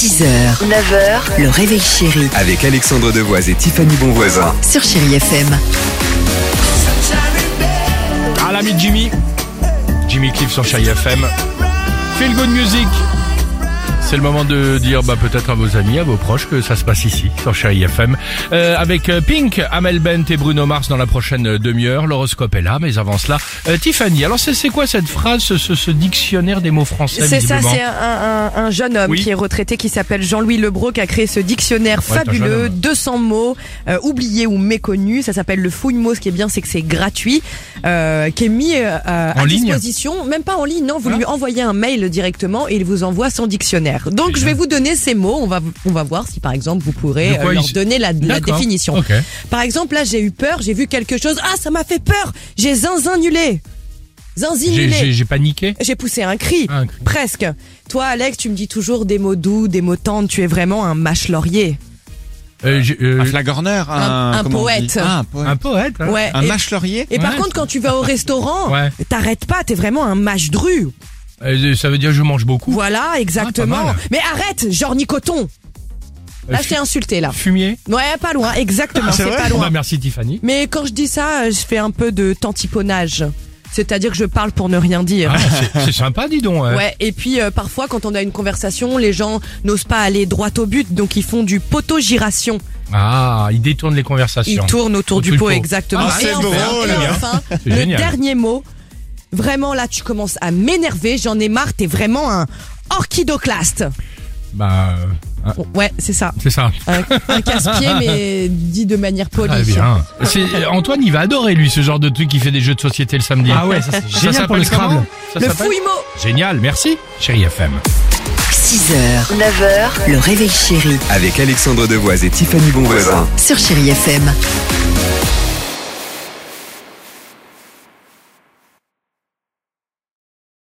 6h, 9h, le réveil chéri Avec Alexandre Devoise et Tiffany Bonvoisin. sur Chérie FM. À l'ami de Jimmy. Jimmy Cliff sur Chai FM. Feel Good Music. C'est le moment de dire bah, peut-être à vos amis, à vos proches que ça se passe ici, sur Chai FM. Euh, avec euh, Pink, Amel Bent et Bruno Mars dans la prochaine euh, demi-heure. L'horoscope est là, mais avant cela, euh, Tiffany. Alors c'est c'est quoi cette phrase, ce, ce- ce dictionnaire des mots français C'est ça, visiblement c'est un, un- un jeune homme Oui. qui est retraité, qui s'appelle Jean-Louis Lebro, qui a créé ce dictionnaire Ouais, c'est un jeune fabuleux, homme. 200 mots, euh, oubliés ou méconnus. Ça s'appelle le fouille mot Ce qui est bien, c'est que c'est gratuit, euh, qui est mis euh, euh, En à ligne disposition. Même pas en ligne, non. Vous Ah. lui envoyez un mail directement et il vous envoie son dictionnaire. Donc C'est je bien. vais vous donner ces mots. On va, on va voir si par exemple vous pourrez De quoi euh, leur il s- donner la, la D'accord. définition. Ok. Par exemple, là j'ai eu peur, j'ai vu quelque chose. Ah, ça m'a fait peur. J'ai zinzinulé. J'ai- J'ai Zinzinulé. j'ai paniqué. J'ai poussé un cri. Ah, un cri. Presque. Toi, Alex, tu me dis toujours des mots doux, des mots tendres. Tu es vraiment un mâche-laurier. Euh, j'ai- euh, Un flagorneur, un, Un- un comment on poète. dit Ah, un poète. un poète. hein Ouais. Un et, mâche-laurier et par Ouais. contre, quand tu vas au restaurant, Ouais. t'arrêtes pas. T'es vraiment un mâche-dru. Euh, ça veut dire je mange beaucoup. Voilà, Ah, pas exactement. mal. Mais arrête, genre Nicoton. Là, Euh, je t'ai insulté, là. Fumier. Ouais, pas loin. Exactement, Ah, c'est c'est vrai Ah, pas Bon, bah, loin. merci Tiffany. Mais quand je dis ça, euh, je fais un peu de tantiponnage. C'est-à-dire que je parle pour ne rien dire. Ah, c'est- c'est sympa, dis donc. hein. Ouais, et puis euh, parfois quand on a une conversation, les gens n'osent pas aller droit au but, donc ils font du potogiration. Ah, il détourne les conversations. Ils tournent autour du Autour du pot, pot. exactement. Ah, c'est et enfin, drôle, et hein. enfin, C'est le génial. dernier mot. Vraiment là, tu commences à m'énerver, j'en ai marre, t'es vraiment un orchidoclaste. Bah, euh, hein, Ouais, c'est ça. c'est ça. Un, un casse-pied, mais dit de manière polie. Très Ah, bien. C'est- Antoine, il va adorer lui ce genre de truc qui fait des jeux de société le samedi. Ah ouais, ça c'est génial pour le Scrabble. Ça Le s'appelle fouille-mot Génial, merci, chérie FM. 6h, 9h, le réveil chéri Avec Alexandre Devoise et Tiffany Bonvoisin. sur Chérie FM.